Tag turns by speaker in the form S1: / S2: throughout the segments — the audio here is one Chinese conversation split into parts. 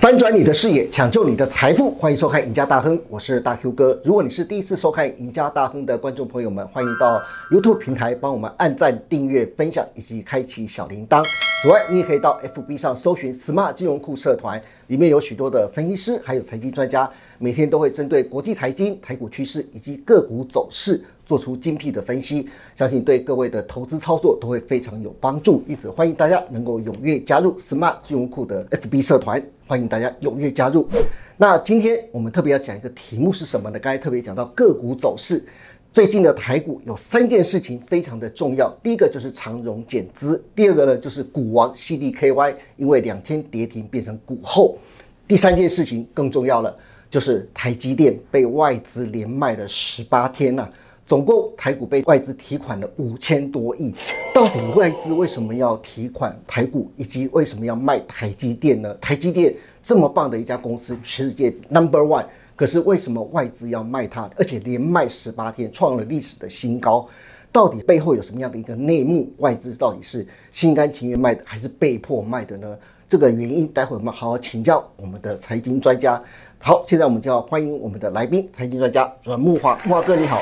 S1: 翻转你的视野，抢救你的财富，欢迎收看《赢家大亨》，我是大 Q 哥。如果你是第一次收看《赢家大亨》的观众朋友们，欢迎到 YouTube 平台帮我们按赞、订阅、分享以及开启小铃铛。此外，你也可以到 FB 上搜寻 “Smart 金融库社团”，里面有许多的分析师还有财经专家，每天都会针对国际财经、台股趋势以及个股走势做出精辟的分析，相信对各位的投资操作都会非常有帮助。因此，欢迎大家能够踊跃加入 Smart 金融库的 FB 社团。欢迎大家踊跃加入。那今天我们特别要讲一个题目是什么呢？刚才特别讲到个股走势，最近的台股有三件事情非常的重要。第一个就是长荣减资，第二个呢就是股王 CDKY，因为两天跌停变成股后。第三件事情更重要了，就是台积电被外资连卖了十八天呐、总共台股被外资提款了五千多亿，到底外资为什么要提款台股，以及为什么要卖台积电呢？台积电这么棒的一家公司，全世界 number one，可是为什么外资要卖它，而且连卖十八天，创了历史的新高？到底背后有什么样的一个内幕？外资到底是心甘情愿卖的，还是被迫卖的呢？这个原因，待会我们好好请教我们的财经专家。好，现在我们就要欢迎我们的来宾，财经专家阮木华，木华哥你好。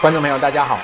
S2: 观众朋友，大家好。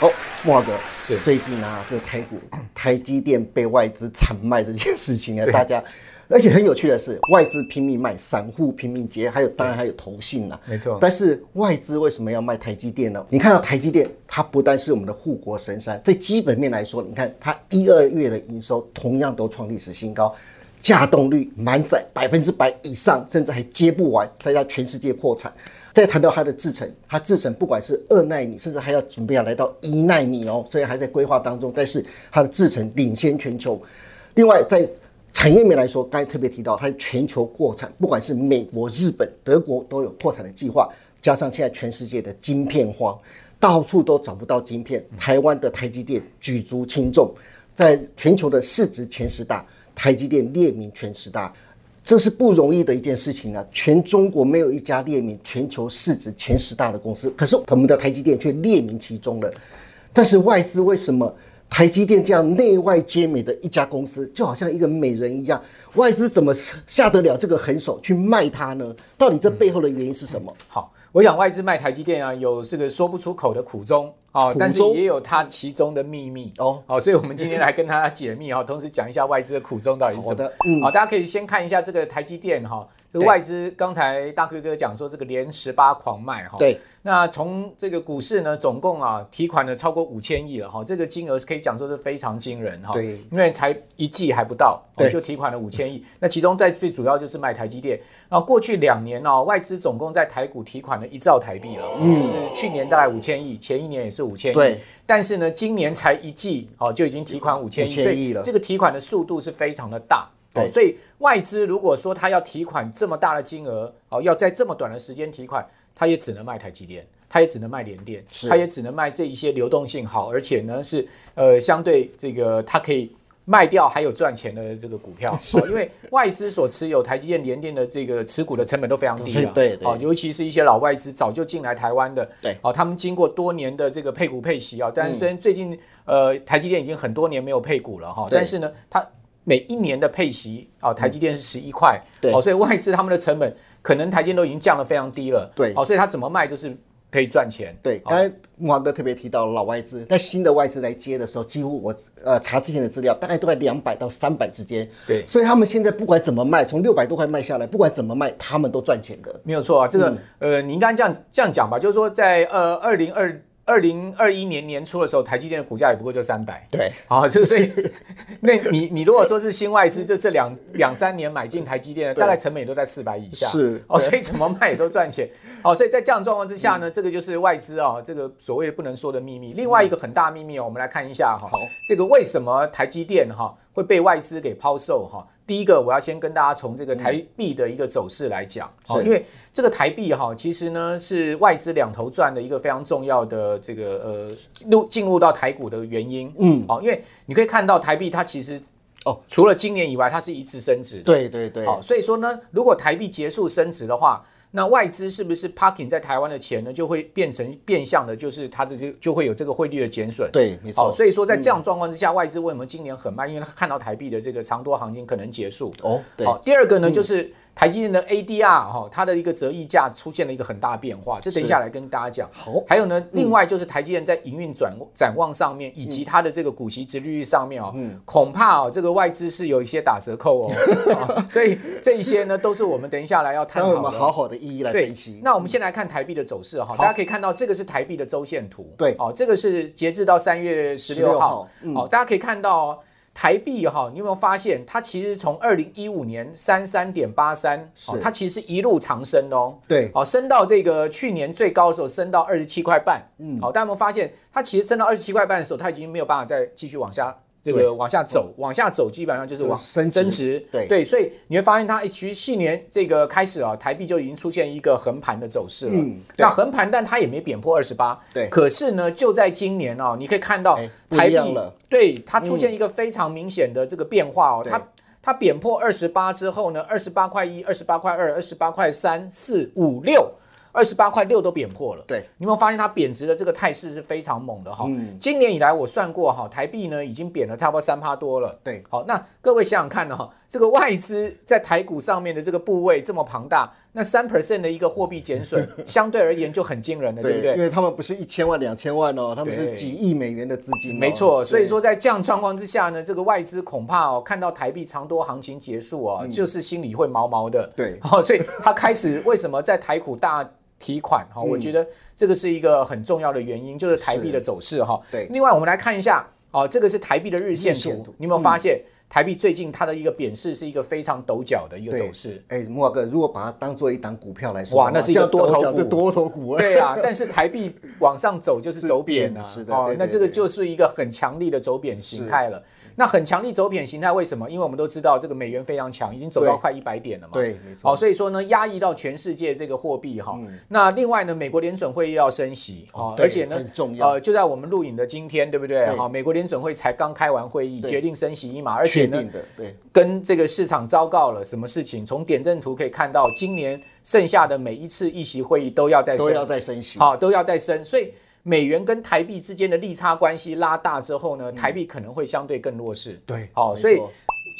S1: 哦，莫华哥，
S2: 是
S1: 最近啊，这个台股台积电被外资惨卖这件事情啊，
S2: 对
S1: 大家，而且很有趣的是，外资拼命卖，散户拼命接，还有当然还有投信啊，
S2: 没错
S1: 但是外资为什么要卖台积电呢？你看到台积电，它不但是我们的护国神山，在基本面来说，你看它一二月的营收同样都创历史新高。稼动率满载百分之百以上，甚至还接不完，在它全世界扩产。再谈到它的制程，它制程不管是二纳米，甚至还要准备要来到一纳米哦，虽然还在规划当中，但是它的制程领先全球。另外，在产业面来说，刚才特别提到，它全球扩产，不管是美国、日本、德国都有扩产的计划，加上现在全世界的晶片荒，到处都找不到晶片，台湾的台积电举足轻重，在全球的市值前十大，台积电列名前十大。这是不容易的一件事情啊！全中国没有一家列名全球市值前十大的公司，可是我们的台积电却列名其中了。但是外资为什么台积电这样内外皆美的一家公司，就好像一个美人一样，外资怎么下得了这个狠手去卖它呢？到底这背后的原因是什么？
S2: 好，我想外资卖台积电啊，有这个说不出口的苦衷哦，
S1: 苦
S2: 但是
S1: 衷
S2: 也有它其中的秘密
S1: 哦
S2: 哦。好，所以我们今天来跟大家解密哈、哦，同时讲一下外资的苦衷到底是什
S1: 好
S2: 么。
S1: 的嗯
S2: 好、大家可以先看一下这个台积电哈、这个
S1: 对
S2: 外资刚才大哥哥讲说这个连十八狂卖哈、
S1: 对，
S2: 那从这个股市呢，总共啊提款了超过五千亿了哈、这个金额可以讲说是非常惊人哈、
S1: 对
S2: 因为才一季还不到，我
S1: 对
S2: 就提款了五千亿。那其中在最主要就是卖台积电。那过去两年哦，外资总共在台股提款了一兆台币了，就是去年大概五千亿，前一年也是五千亿。
S1: 嗯对。
S2: 但是呢，今年才一季哦，就已经提款五千亿，
S1: 5000
S2: 所
S1: 亿
S2: 以
S1: 了
S2: 这个提款的速度是非常的大。哦
S1: 对
S2: 所以外资如果说他要提款这么大的金额，哦，要在这么短的时间提款，他也只能卖台积电，他也只能卖联电，
S1: 是
S2: 他也只能卖这一些流动性好，而且呢是呃相对这个它可以卖掉还有赚钱的这个股 票，哦、因为外资所持有台积电、联电的这个持股的成本都非常低了，
S1: 对对对
S2: 哦，尤其是一些老外资早就进来台湾的，
S1: 对嗯
S2: 哦，他们经过多年的这个配股配息啊、但是虽然最近、呃台积电已经很多年没有配股了哈、
S1: 对嗯
S2: 但是呢它。每一年的配息哦，台积电是十一块，
S1: 对
S2: 哦，所以外资他们的成本可能台积电都已经降得非常低了，
S1: 对
S2: 哦，所以它怎么卖就是可以赚钱，
S1: 对，
S2: 哦
S1: 刚才木华哥特别提到老外资，那新的外资来接的时候，几乎我呃查之前的资料，大概都在两百到三百之间。
S2: 对
S1: 所以他们现在不管怎么卖，从六百多块卖下来，不管怎么卖，他们都赚钱的。
S2: 没有错啊，这
S1: 嗯
S2: 个、呃，你应该这样这样讲吧，就是说在呃二零二二零二一年年初的时候，台积电的股价也不过就三百。
S1: 对，
S2: 好，就 所以，那你你如果说是新外资，这这两两三年买进台积电的，大概成本也都在四百以下，
S1: 是对
S2: 哦，
S1: 嗯
S2: 所以怎么卖也都赚钱，哦，所以在这样的状况之下呢，这个就是外资啊、这个所谓不能说的秘密。另外一个很大秘密哦，我们来看一下哈、
S1: 好
S2: 这个为什么台积电哈、会被外资给抛售哈、第一个，我要先跟大家从这个台币的一个走势来讲，
S1: 嗯
S2: 哦，
S1: 是
S2: 因为这个台币哈、其实呢是外资两头赚的一个非常重要的这个呃入进入到台股的原因，嗯，哦，因为你可以看到台币它其实
S1: 哦
S2: 哦，除了今年以外，它是一直升值的，
S1: 对对对，
S2: 好，所以说呢，如果台币结束升值的话，那外资是不是 parking 在台湾的钱呢，就会变成变相的，就是它的这就会有这个汇率的减损。
S1: 对，没
S2: 好、
S1: 错。嗯
S2: 所以说在这样状况之下，外资为什么今年很慢？因为他看到台币的这个长多行情可能结束。
S1: 哦，对嗯
S2: 好、，第二个呢，就是台积电的 ADR 哈、它的一个折溢价出现了一个很大变化，这等一下来跟大家讲。
S1: 好嗯
S2: 还有呢，另外就是台积电在营运转展望上面，以及它的这个股息值利率上面哦，
S1: 嗯
S2: 恐怕哦这个外资是有一些打折扣 哦，啊所以这一些呢都是我们等一下来要探
S1: 待会我
S2: 讨
S1: 们
S2: 的。
S1: 好好的一一来
S2: 对
S1: 分析，。
S2: 那我们先来看台币的走势哈，大家可以看到这个是台币的周线图，
S1: 对
S2: 哦，这个是截至到三月十
S1: 16
S2: 六
S1: 号
S2: 号，好，大家可以看到哦台币哈，你有没有发现它其实从二零一五年三三点八三，哦
S1: 是
S2: 它其实一路长升的哦，
S1: 对，
S2: 好，升到这个去年最高的时候，升到二十七块半。嗯，好，大家有没有发现，它其实升到二十七块半的时候，它已经没有办法再继续往下这
S1: 对
S2: 个往下走，往下走基本上就是
S1: 就是
S2: 往
S1: 升值
S2: 增值。
S1: 对
S2: 所以你会发现它诶其实去年这个开始啊，台币就已经出现一个横盘的走势了。
S1: 嗯对
S2: 那横盘，但它也没贬破二十八。
S1: 对
S2: 可是呢，就在今年啊，你可以看到
S1: 哎不
S2: 台
S1: 一
S2: 币、
S1: 样了嗯
S2: 对它出现一个非常明显的这个变化哦，
S1: 对
S2: 它它贬破二十八之后呢，二十八块一、二十八块二、二十八块三、四、五、六。二十八块六都贬破了，
S1: 对，嗯
S2: 你有没有发现它贬值的这个态势是非常猛的哈？今年以来我算过哈，台币呢已经贬了差不多三趴多了。
S1: 对，
S2: 好，那各位想想看哦，这个外资在台股上面的这个部位这么庞大，那三 percent 的一个货币 减损，相对而言就很惊人了，对不对
S1: 因？为他们不是一千万、两千万哦，他们是
S2: 对
S1: 几亿美元的资金哦。
S2: 没错，所以
S1: 对
S2: 说在这样状况之下呢，这个外资恐怕哦，看到台币长多行情结束哦，就是心里会毛毛的。
S1: 嗯 对
S2: 好、所以他开始为什么在台股大提款哈、
S1: 嗯
S2: 我觉得这个是一个很重要的原因，就是台币的走势哈、
S1: 对
S2: 另外我们来看一下哦，这个是台币的日线
S1: 日
S2: 图，
S1: 线图嗯
S2: 你有没有发现、台币最近它的一个贬势是一个非常陡角的一个走
S1: 对
S2: 势？
S1: 哎，木华哥，如果把它当做一档股票来说的话，
S2: 哇那是一
S1: 这
S2: 个
S1: 样
S2: 多头
S1: 讲
S2: 股
S1: 这多头股哎。
S2: 对啊，但是台币往上走就是走贬啊，
S1: 是贬是的
S2: 哦
S1: 对，
S2: 那
S1: 对
S2: 这个
S1: 对
S2: 就是一个很强力的走贬形态了。那很强力走贬形态为什么？因为我们都知道这个美元非常强，已经走到
S1: 对
S2: 快一百点了嘛。
S1: 对，没错。
S2: 好、
S1: 嗯
S2: 所以说呢，压抑到全世界这个货币哈、那另外呢，美国联准会又要升息
S1: 哦
S2: 哦，
S1: 对
S2: 而且呢，
S1: 很重要
S2: 呃，就在我们录影的今天，对不对
S1: 对？
S2: 好、美国联准会才刚开完会议，
S1: 对
S2: 决定升息一码，而且
S1: 确
S2: 呢
S1: 定，的，对，
S2: 跟这个市场昭告了什么事情？从点阵图可以看到，今年剩下的每一次议席会议都要再升
S1: 都要再升息。
S2: 好、都要再升，所以美元跟台币之间的利差关系拉大之后呢，台币可能会相对更弱势。
S1: 对，
S2: 好、
S1: 嗯没错
S2: 所以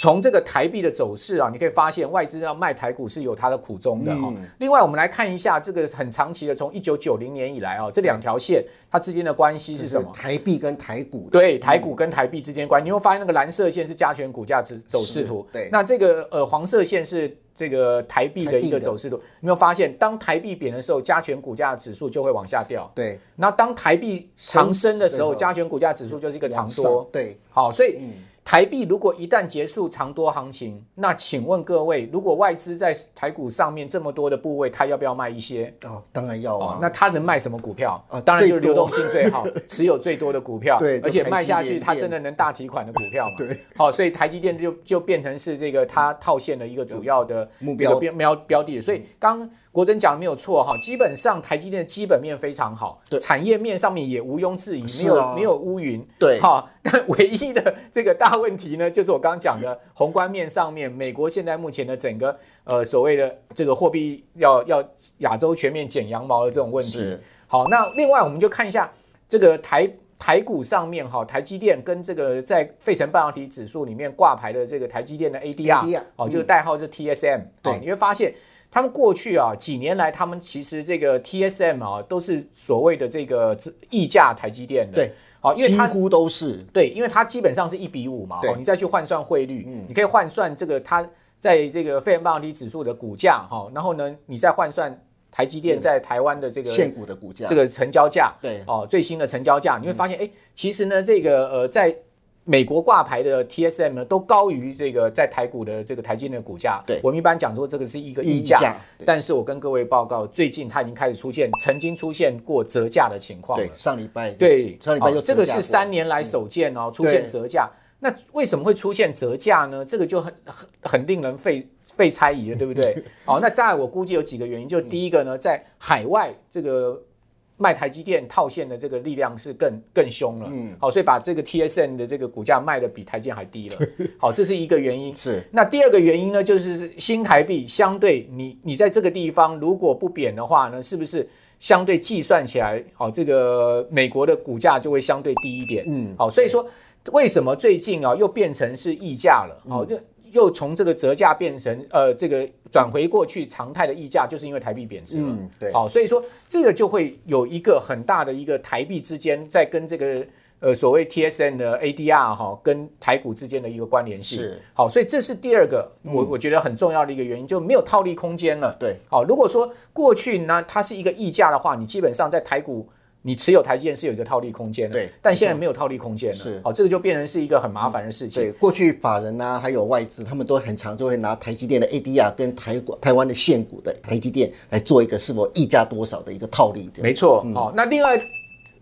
S2: 从这个台币的走势啊，你可以发现外资要卖台股是有它的苦衷
S1: 嗯
S2: 的哦。另外，我们来看一下这个很长期的，从一九九零年以来啊、哦，这两条线它之间的关系是什么
S1: 就是？台币跟台股的，
S2: 对，台股跟台币之间的关系，你会发现那个蓝色线是加权股价走走势图，
S1: 是对
S2: 那这个呃黄色线是这个台币的一
S1: 台币的
S2: 个走势图。你有没有发现，当台币贬的时候，加权股价指数就会往下掉。
S1: 对，
S2: 那当台币长升的时
S1: 升
S2: 候，
S1: 值
S2: 加权股价指数就是一个长
S1: 往上
S2: 多。
S1: 对，
S2: 好，所以台币如果一旦结束长多行情，那请问各位，如果外资在台股上面这么多的部位，它要不要卖一些？
S1: 哦，当然要
S2: 哦
S1: 啊，，
S2: 那它能卖什么股票
S1: 啊？
S2: 当然就是
S1: 最多
S2: 流动性最好， 持有最多的股票，
S1: 对就
S2: 而且卖下
S1: 台积
S2: 去
S1: 电
S2: 它真的能大提款的股票嘛？
S1: 对，
S2: 好，所以台积电就就变成是这个它套现的一个主要的
S1: 目
S2: 这
S1: 标
S2: 个标标标的。所以刚国珍讲的没有错哈，基本上台积电的基本面非常好
S1: 对，
S2: 产业面上面也毋庸置疑，没
S1: 是啊
S2: 有没有乌云。
S1: 对
S2: 好，但唯一的这个大问题呢，就是我刚刚讲的宏观面上面，美国现在目前的整个呃所谓的这个货币要要亚洲全面剪羊毛的这种问题
S1: 是。
S2: 好，那另外我们就看一下这个台台股上面哈，台积电跟这个在费城半导体指数里面挂牌的这个台积电的
S1: ADR
S2: ADR，哦，就是代号是 TSM，
S1: 嗯对
S2: 哦你会发现。他们过去啊几年来，他们其实这个 TSM 啊都是所谓的这个自溢价台积电的，
S1: 对，
S2: 好，因为
S1: 几
S2: 它
S1: 乎都是
S2: 对，因为它基本上是一比五嘛，
S1: 对嗯
S2: 哦，你再去换算汇率，你可以换算这个它在这个费城半导体指数的股价哈、然后呢，你再换算台积电在台湾的这个、
S1: 嗯现股的股价，
S2: 这个成交价，
S1: 对嗯
S2: 哦，最新的成交价，你会发现，哎、其实呢，这个呃，在美国挂牌的 TSM 呢，都高于这个在台股的这个台积电的股价。
S1: 对
S2: 我们一般讲说这个是一个
S1: 溢
S2: 溢价，
S1: 价对
S2: 但是我跟各位报告，最近它已经开始出现，曾经出现过折价的情况了
S1: 对，。上礼拜
S2: 对，
S1: 上礼拜
S2: 好
S1: 就
S2: 这个
S1: 折价
S2: 是
S1: 过嗯
S2: 三年来首见哦，出现折价。那为什么会出现折价呢？这个就很很很令人费费猜 哦疑了，对不对？好、那当然我估计有几个原因，就第一个呢，在海外这个卖台积电套现的这个力量是更更凶了，嗯，好，所以把这个 TSM 的这个股价卖的比台积电还低了， 好，这是一个原因。
S1: 是
S2: 那第二个原因呢，就是新台币相对你你在这个地方如果不贬的话呢，是不是相对计算起来，好、这个美国的股价就会相对低一点，嗯，好、所以说为什么最近啊又变成是溢价了，好、就又从这个折价变成呃这个转回过去常态的溢价，就是因为台币贬值了，
S1: 嗯对
S2: 好、所以说这个就会有一个很大的一个台币之间在跟这个。呃，所谓 TSN 的 ADR 哈、跟台股之间的一个关联性
S1: 是嗯
S2: 好，所以这是第二个，我我觉得很重要的一个原因，就没有套利空间了。
S1: 对，
S2: 好，如果说过去呢，它是一个溢价的话，你基本上在台股。你持有台积电是有一个套利空间的，
S1: 对
S2: 但现在没有套利空间了，
S1: 是
S2: 好，这个就变成是一个很麻烦的事情。
S1: 对，过去法人呐、还有外资，他们都很常就会拿台积电的 ADR 跟台股台湾的现股的台积电来做一个是否溢价多少的一个套利的。
S2: 没错，好、那另外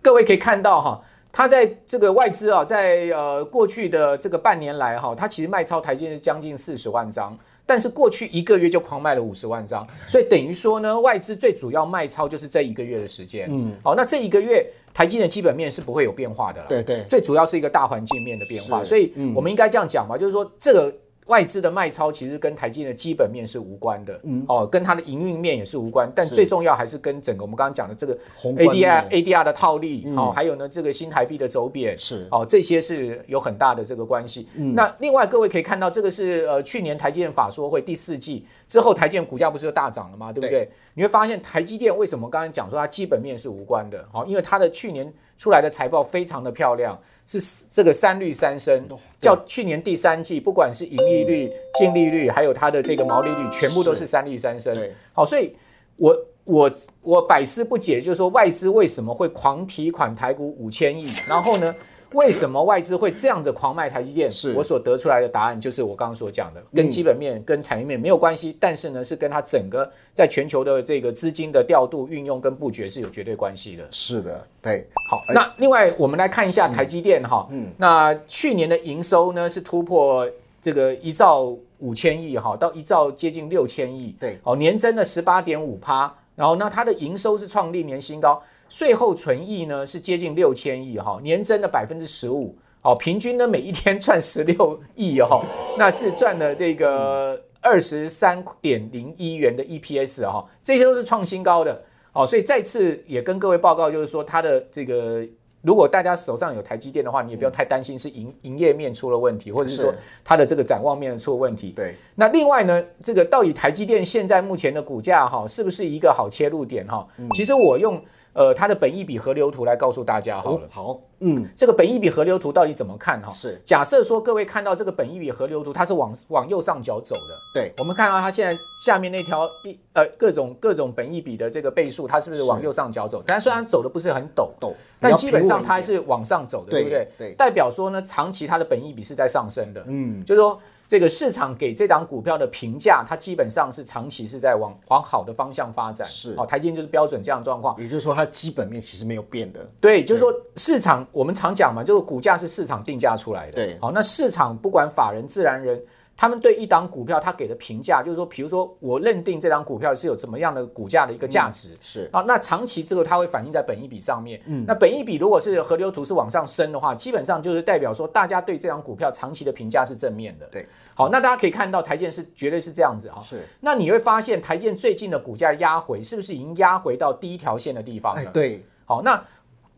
S2: 各位可以看到哈，它在这个外资啊，在呃过去的这个半年来哈，它其实卖超台积电是将近四十万张。但是过去一个月就狂卖了五十万张，所以等于说呢，外资最主要卖超就是这一个月的时间。嗯，好，那这一个月台积电基本面是不会有变化的啦。
S1: 对对
S2: 最主要是一个大环境面的变化，
S1: 是嗯
S2: 所以我们应该这样讲吧，就是说这个外资的卖超其实跟台积电的基本面是无关的，
S1: 嗯
S2: 哦，跟它的营运面也是无关，但最重要还是跟整个我们刚刚讲的这个
S1: 宏观
S2: ADR
S1: 面
S2: ADR 的套利，哦，还有呢这个新台币的走贬，
S1: 是嗯
S2: 哦，这些是有很大的这个关系。那另外各位可以看到，这个是呃去年台积电法说会第四季之后，台积电股价不是就大涨了吗？对不对？你会发现台积电为什么刚才讲说它基本面是无关的，好、因为它的去年出来的财报非常的漂亮，是这个三率三升，
S1: 哦
S2: 叫去年第三季不管是盈利率、净利率，还有它的这个毛利率，全部都是三率三升
S1: 对。
S2: 好、所以我我我百思不解，就是说外资为什么会狂提款台股五千亿？然后呢，为什么外资会这样子狂卖台积电？
S1: 是
S2: 我所得出来的答案就是我刚刚所讲的，跟基本面、跟产业面没有关系，但是呢，是跟它整个在全球的这个资金的调度、运用跟布局是有绝对关系的。
S1: 是的，对，
S2: 好，那另外我们来看一下台积电哈，那去年的营收呢是突破这个一兆五千亿哈，到一兆接近六千亿，
S1: 对，
S2: 哦，年增了十八点五趴，然后那它的营收是创历年新高，税后存益呢是接近六千亿哈，年增了百分之十五，哦，平均呢每一天赚十六亿哦，那是赚了这个二十三点零一元的 EPS 哈、哦，这些都是创新高的。哦，所以再次也跟各位报告，就是说它的这个，如果大家手上有台积电的话，你也不用太担心是营营业面出了问题，或嗯者是说
S1: 是
S2: 它的这个展望面出了问题。
S1: 对，
S2: 那另外呢，这个到底台积电现在目前的股价哈、是不是一个好切入点哈、其实我用呃它的本益比河流图来告诉大家好了。
S1: 哦好，嗯，
S2: 这个本益比河流图到底怎么看哈、
S1: 是
S2: 假设说各位看到这个本益比河流图，它是往往右上角走的。
S1: 对，
S2: 我们看到它现在下面那条一呃各种各种本益比的这个倍数，它是不是往右上角走？但虽然走的不是很陡，
S1: 懂，
S2: 但
S1: 比较
S2: 基
S1: 嗯
S2: 本
S1: 平
S2: 上
S1: 稳一
S2: 它还
S1: 点
S2: 是往上走的，
S1: 对
S2: 不对？
S1: 对
S2: 代表说呢，长期它的本益比是在上升的。
S1: 嗯，
S2: 就是说这个市场给这档股票的评价，它基本上是长期是在往往好的方向发展。
S1: 是
S2: 哦，台积电就是标准这样的状况。
S1: 也就是说它基本面其实没有变的，
S2: 对，就是说市场，我们常讲嘛，就是股价是市场定价出来的。
S1: 对
S2: 好，那市场不管法人、自然人，他们对一档股票他给的评价，就是说，比如说我认定这档股票是有怎么样的股价的一个价值。
S1: 是
S2: 啊，那长期之后它会反映在本益比上面。嗯，那本益比如果是河流图是往上升的话，基本上就是代表说大家对这张股票长期的评价是正面的。
S1: 对，
S2: 好，那大家可以看到台建是绝对是这样子哈、
S1: 是，
S2: 那你会发现台建最近的股价压回，是不是已经压回到第一条线的地方了？
S1: 哎，对，
S2: 好，那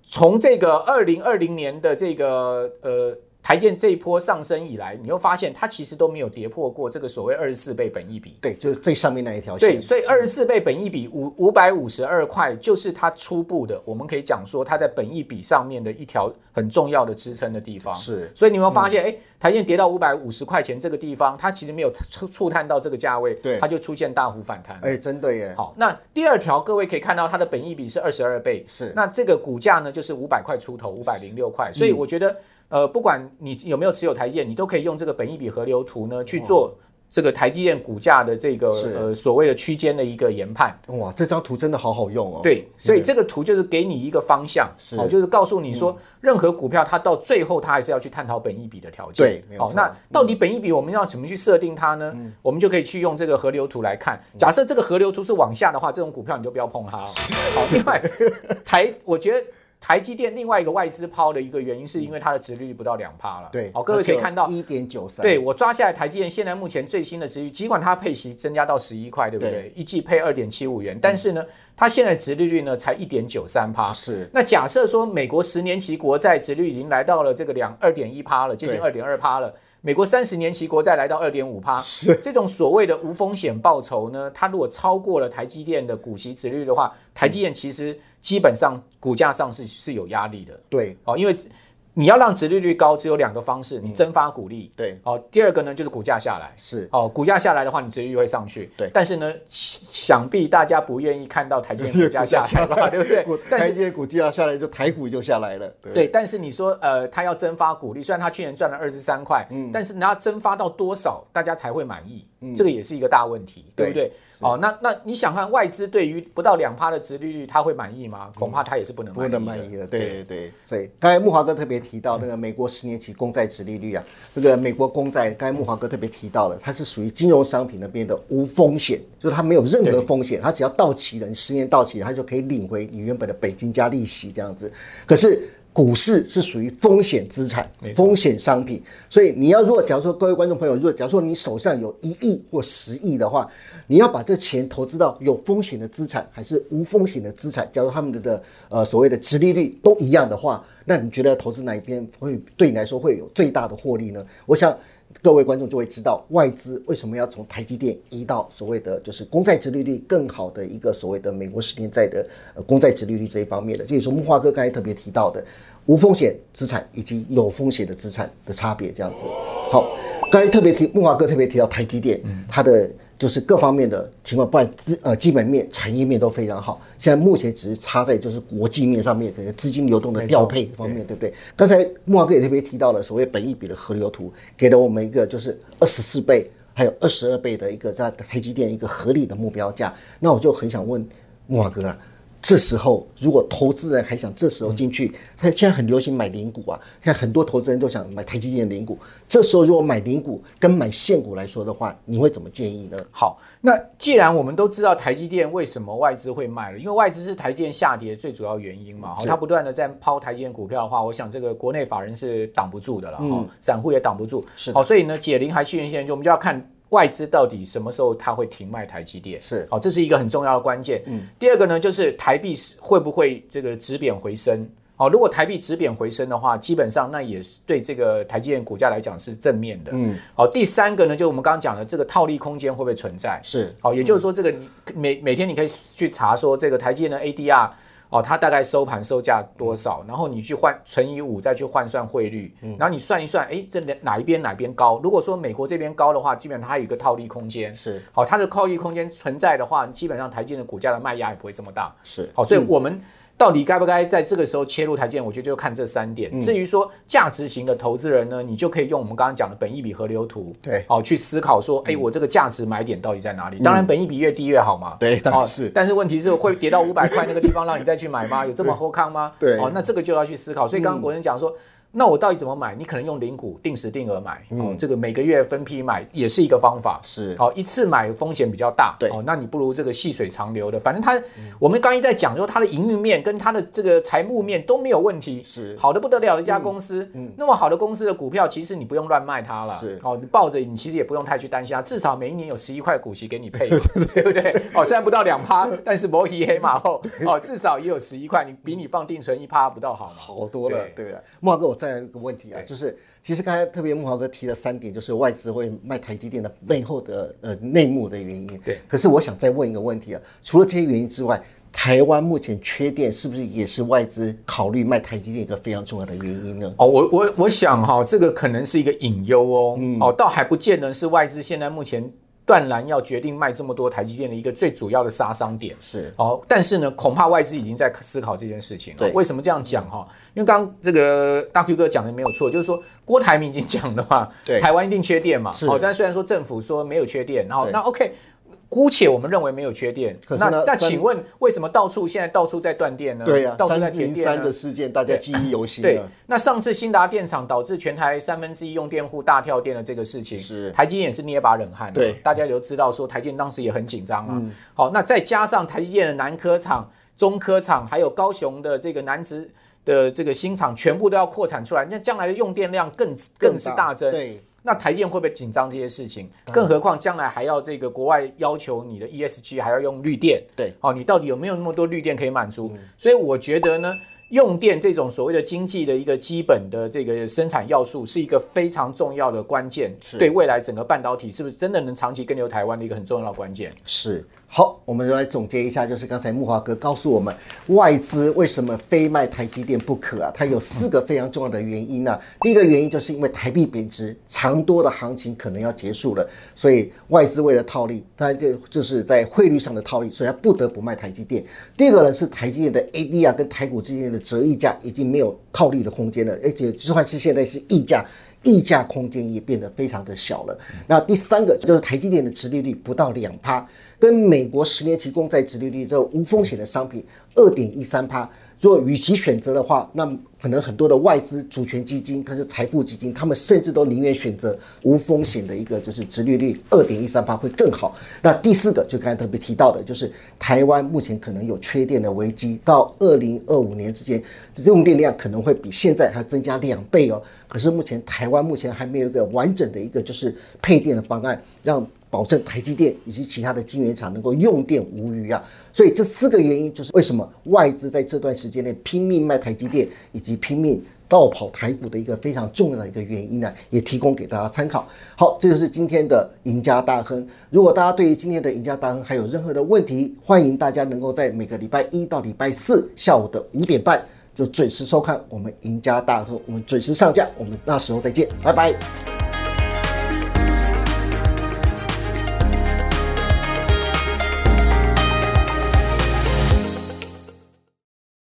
S2: 从这个二零二零年的这个呃台建这一波上升以来，你会发现它其实都没有跌破过这个所谓二十四倍本益比。
S1: 对，就是最上面那一条
S2: 对，
S1: 线，
S2: 所以二十四倍本益比五五百五十二块，就是它初步的，我们可以讲说它在本益比上面的一条很重要的支撑的地方。
S1: 是嗯
S2: 所以你有没有发现，哎、台建跌到五百五十块钱这个地方，它其实没有触触探到这个价位，
S1: 对
S2: 它就出现大幅反弹。
S1: 哎，真的耶，
S2: 好，那第二条各位可以看到它的本益比是二十二倍，
S1: 是嗯
S2: 那这个股价呢就是五百块出头，五百零六块，所以我觉得、呃，不管你有没有持有台积电，你都可以用这个本益比河流图呢去做这个台积电股价的这个
S1: 哦是
S2: 呃所谓的区间的一个研判。
S1: 哇，这张图真的好好用哦。，
S2: 对，所以这个图就是给你一个方向，
S1: 是嗯
S2: 哦，就是告诉你说，任何股票它到最后它还是要去探讨本益比的条件。
S1: 对没有
S2: 好、
S1: 错嗯
S2: 那到底本益比我们要怎么去设定它呢？我们就可以去用这个河流图来看。
S1: 嗯
S2: 假设这个河流图是往下的话，这种股票你就不要碰它了。好，另 外台，我觉得。台积电另外一个外资抛的一个原因，是因为它的殖利率不到两趴了。
S1: 对，
S2: 好、各位可以看到，
S1: 一点九三，
S2: 对，我抓下来台积电现在目前最新的值率，尽管它配息增加到十一块，对不对？
S1: 对
S2: 一季配二点七五元，但是呢，它现在值利率呢才一点九三趴。
S1: 是
S2: 那假设说美国十年期国债值率已经来到了这个两二点一趴了，接近二点二趴了。美国三十年期国债来到二点五趴，
S1: 是
S2: 这种所谓的无风险报酬呢，它如果超过了台积电的股息值率的话，台积电其实基本上股价上是是有压力的。
S1: 对
S2: 哦，因为你要让殖利率高，只有两个方式，
S1: 嗯
S2: 你增发股利，
S1: 对
S2: 哦，第二个呢就是股价下来，
S1: 是
S2: 哦，股价下来的话，你殖利率会上去，
S1: 对
S2: 但是呢，想想必大家不愿意看到台积电股价下来吧， 对不对
S1: 股？
S2: 但
S1: 台
S2: 是
S1: 积电股价下来就台股就下来了，
S2: 对，但是你说呃，他要增发股利，虽然他去年赚了二十三块，
S1: 嗯
S2: 但是你要增发到多少，大家才会满意，这个也是一个大问题，对不对？哦，那那你想看外资对于不到两趴的殖利率，他会满意吗？恐怕他也是不能
S1: 嗯不能
S2: 满
S1: 满意
S2: 意的
S1: 了，。对对对。所以刚才木华哥特别提到那个美国十年期公债殖利率啊，这个美国公债，刚才木华哥特别提到了，它是属于金融商品那边的无风险，就是它没有任何风险，它只要到期了，你十年到期了，它就可以领回你原本的本金加利息这样子。可是股市是属于风险资产、风险商品，所以你要如果假如说各位观众朋友，如果假如说你手上有一亿或十亿的话，你要把这钱投资到有风险的资产还是无风险的资产？假如他们的呃所谓的殖利率都一样的话，那你觉得投资哪一边会对你来说会有最大的获利呢？我想。各位观众就会知道外资为什么要从台积电移到所谓的就是公债殖利率更好的一个所谓的美国十年债的呃公债殖利率这一方面的，这也是木华哥刚才特别提到的无风险资产以及有风险的资产的差别这样子。好，刚才特别提木华哥特别提到台积电，它的就是各方面的情况，不管资呃基本面、产业面都非常好，现在目前只是差在就是国际面上面，可能资金流动的调配方面，对不对？刚才木华哥也特别提到了所谓本益比的河流图，给了我们一个就是二十四倍还有二十二倍的一个在台积电一个合理的目标价。那我就很想问木华哥啊，这时候如果投资人还想这时候进去，他现在很流行买零股啊，现在很多投资人都想买台积电的零股。这时候如果买零股跟买现股来说的话，你会怎么建议呢？
S2: 好，那既然我们都知道台积电为什么外资会卖了，因为外资是台积电下跌最主要原因嘛，哦，它不断的在抛台积电股票的话，我想这个国内法人是挡不住的了，哦，散户也挡不住，
S1: 嗯是
S2: 好、所以呢，解铃还须系铃人，就我们就要看。外资到底什么时候它会停卖台积电？
S1: 是
S2: 好、这是一个很重要的关键。嗯，第二个呢，就是台币是会不会这个止贬回升？好、如果台币止贬回升的话，基本上那也是对这个台积电股价来讲是正面的。嗯，好、第三个呢，就是我们刚刚讲的这个套利空间会不会存在？
S1: 是
S2: 好、也就是说，这个你每每天你可以去查说这个台积电的 ADR 哦，它大概收盘收价多少，然后你去换乘以五，再去换算汇率，然后你算一算，哎，这哪哪一边哪边高？如果说美国这边高的话，基本上它有一个套利空间。
S1: 是
S2: 好、它的套利空间存在的话，基本上台积电的股价的卖压也不会这么大。
S1: 是
S2: 好，所以我们到底该不该在这个时候切入台积电，我觉得就看这三点。至于说价值型的投资人呢，你就可以用我们刚刚讲的本益比河流图，
S1: 对
S2: 好去思考说，哎，我这个价值买点到底在哪里？当然，本益比越低越好嘛。
S1: 对当然
S2: 哦
S1: 是
S2: 但是问题是会 跌到五百块那个地方，让你再去买吗？有这么后康吗？
S1: 对嗯
S2: 哦，那这个就要去思考。所以刚刚国人讲说。那我到底怎么买？你可能用零股定时定额买，哦，这个每个月分批买也是一个方法。
S1: 嗯是
S2: 好、一次买风险比较大，
S1: 对
S2: 哦，那你不如这个细水长流的，反正它，我们刚一在讲说它的营运面跟它的这个财务面都没有问题，
S1: 是嗯
S2: 好的不得了的一家公司，那么好的公司的股票，其实你不用乱卖它了，
S1: 是
S2: 哦，你抱着你其实也不用太去担心它，至少每一年有十一块股息给你配嘛，对不对？哦，虽然不到两趴，但是摩黑黑马后，哦，至少也有十一块，你比你放定存一趴不到好嘛，
S1: 好多了，对
S2: 对
S1: 不对？木华哥，我再有一个问题啊，就是其实刚才特别木华哥提了三点，就是外资会卖台积电的背后的呃内幕的原因。
S2: 对。
S1: 可是我想再问一个问题啊，除了这些原因之外，台湾目前缺电是不是也是外资考虑卖台积电一个非常重要的原因呢？
S2: 哦，我我嗯我想哈、这个可能是一个隐忧哦，哦，倒还不见得是外资现在目前断然要决定卖这么多台积电的一个最主要的杀伤点。
S1: 是
S2: 哦，但是呢，恐怕外资已经在思考这件事情了
S1: 对。
S2: 为什么这样讲哈？因为刚刚这个大 Q 哥讲的没有错，就是说郭台铭已经讲了嘛，
S1: 对
S2: 台湾一定缺电嘛。
S1: 是
S2: 哦，但虽然说政府说没有缺电，然后
S1: 对
S2: 那 OK。姑且我们认为没有缺电，
S1: 可是
S2: 那
S1: 呢
S2: 那
S1: 三
S2: 请问为什么到处现在到处在断电呢？
S1: 对呀、
S2: 呃到处在
S1: 三
S2: 停
S1: 零
S2: 电
S1: 三
S2: 呢
S1: 的事件大家记忆犹新啊
S2: 对
S1: 了，，
S2: 那上次新达电厂导致全台三分之一用电户大跳电的这个事情，
S1: 是
S2: 台积电也是捏把冷汗、啊。
S1: 对
S2: 大家也都知道说台积电当时也很紧张啊。好，那再加上台积电的南科厂、中科厂，还有高雄的这个南职的这个新厂，全部都要扩产出来，那将来的用电量更更是大增。
S1: 对，
S2: 那台积电会不会紧张这些事情？更何况将来还要这个国外要求你的 ESG 还要用绿电，
S1: 对，嗯
S2: 哦，你到底有没有那么多绿电可以满足？所以我觉得呢，用电这种所谓的经济的一个基本的这个生产要素，是一个非常重要的关键
S1: 是，
S2: 对未来整个半导体是不是真的能长期跟留台湾的一个很重要的关键。
S1: 是。好，我们来总结一下，就是刚才木华哥告诉我们，外资为什么非卖台积电不可啊？它有四个非常重要的原因啊。第一个原因就是因为台币贬值，长多的行情可能要结束了，所以外资为了套利，它就就是在汇率上的套利，所以它不得不卖台积电。第二个呢是台积电的 ADR 跟台股之间的折溢价已经没有套利的空间了，而且就算是现在是溢价，溢价空间也变得非常的小了。那第三个就是台积电的殖利率不到两趴，跟美国十年期公债殖利率这种无风险的商品二点一三趴。如果与其选择的话，那可能很多的外资主权基金，可是财富基金，他们甚至都宁愿选择无风险的一个，就是殖利率二点一三八会更好。那第四个就刚才特别提到的，就是台湾目前可能有缺电的危机，到二零二五年之前，用电量可能会比现在还增加两倍哦。可是目前台湾目前还没有一个完整的一个就是配电的方案，让保证台积电以及其他的晶圆厂能够用电无虞啊。所以这四个原因就是为什么外资在这段时间内拼命卖台积电，以及拼命倒跑台股的一个非常重要的一个原因呢，啊也提供给大家参考。好，这就是今天的赢家大亨。如果大家对于今天的赢家大亨还有任何的问题，欢迎大家能够在每个礼拜一到礼拜四下午的五点半就准时收看我们赢家大亨，我们准时上架，我们那时候再见，拜拜。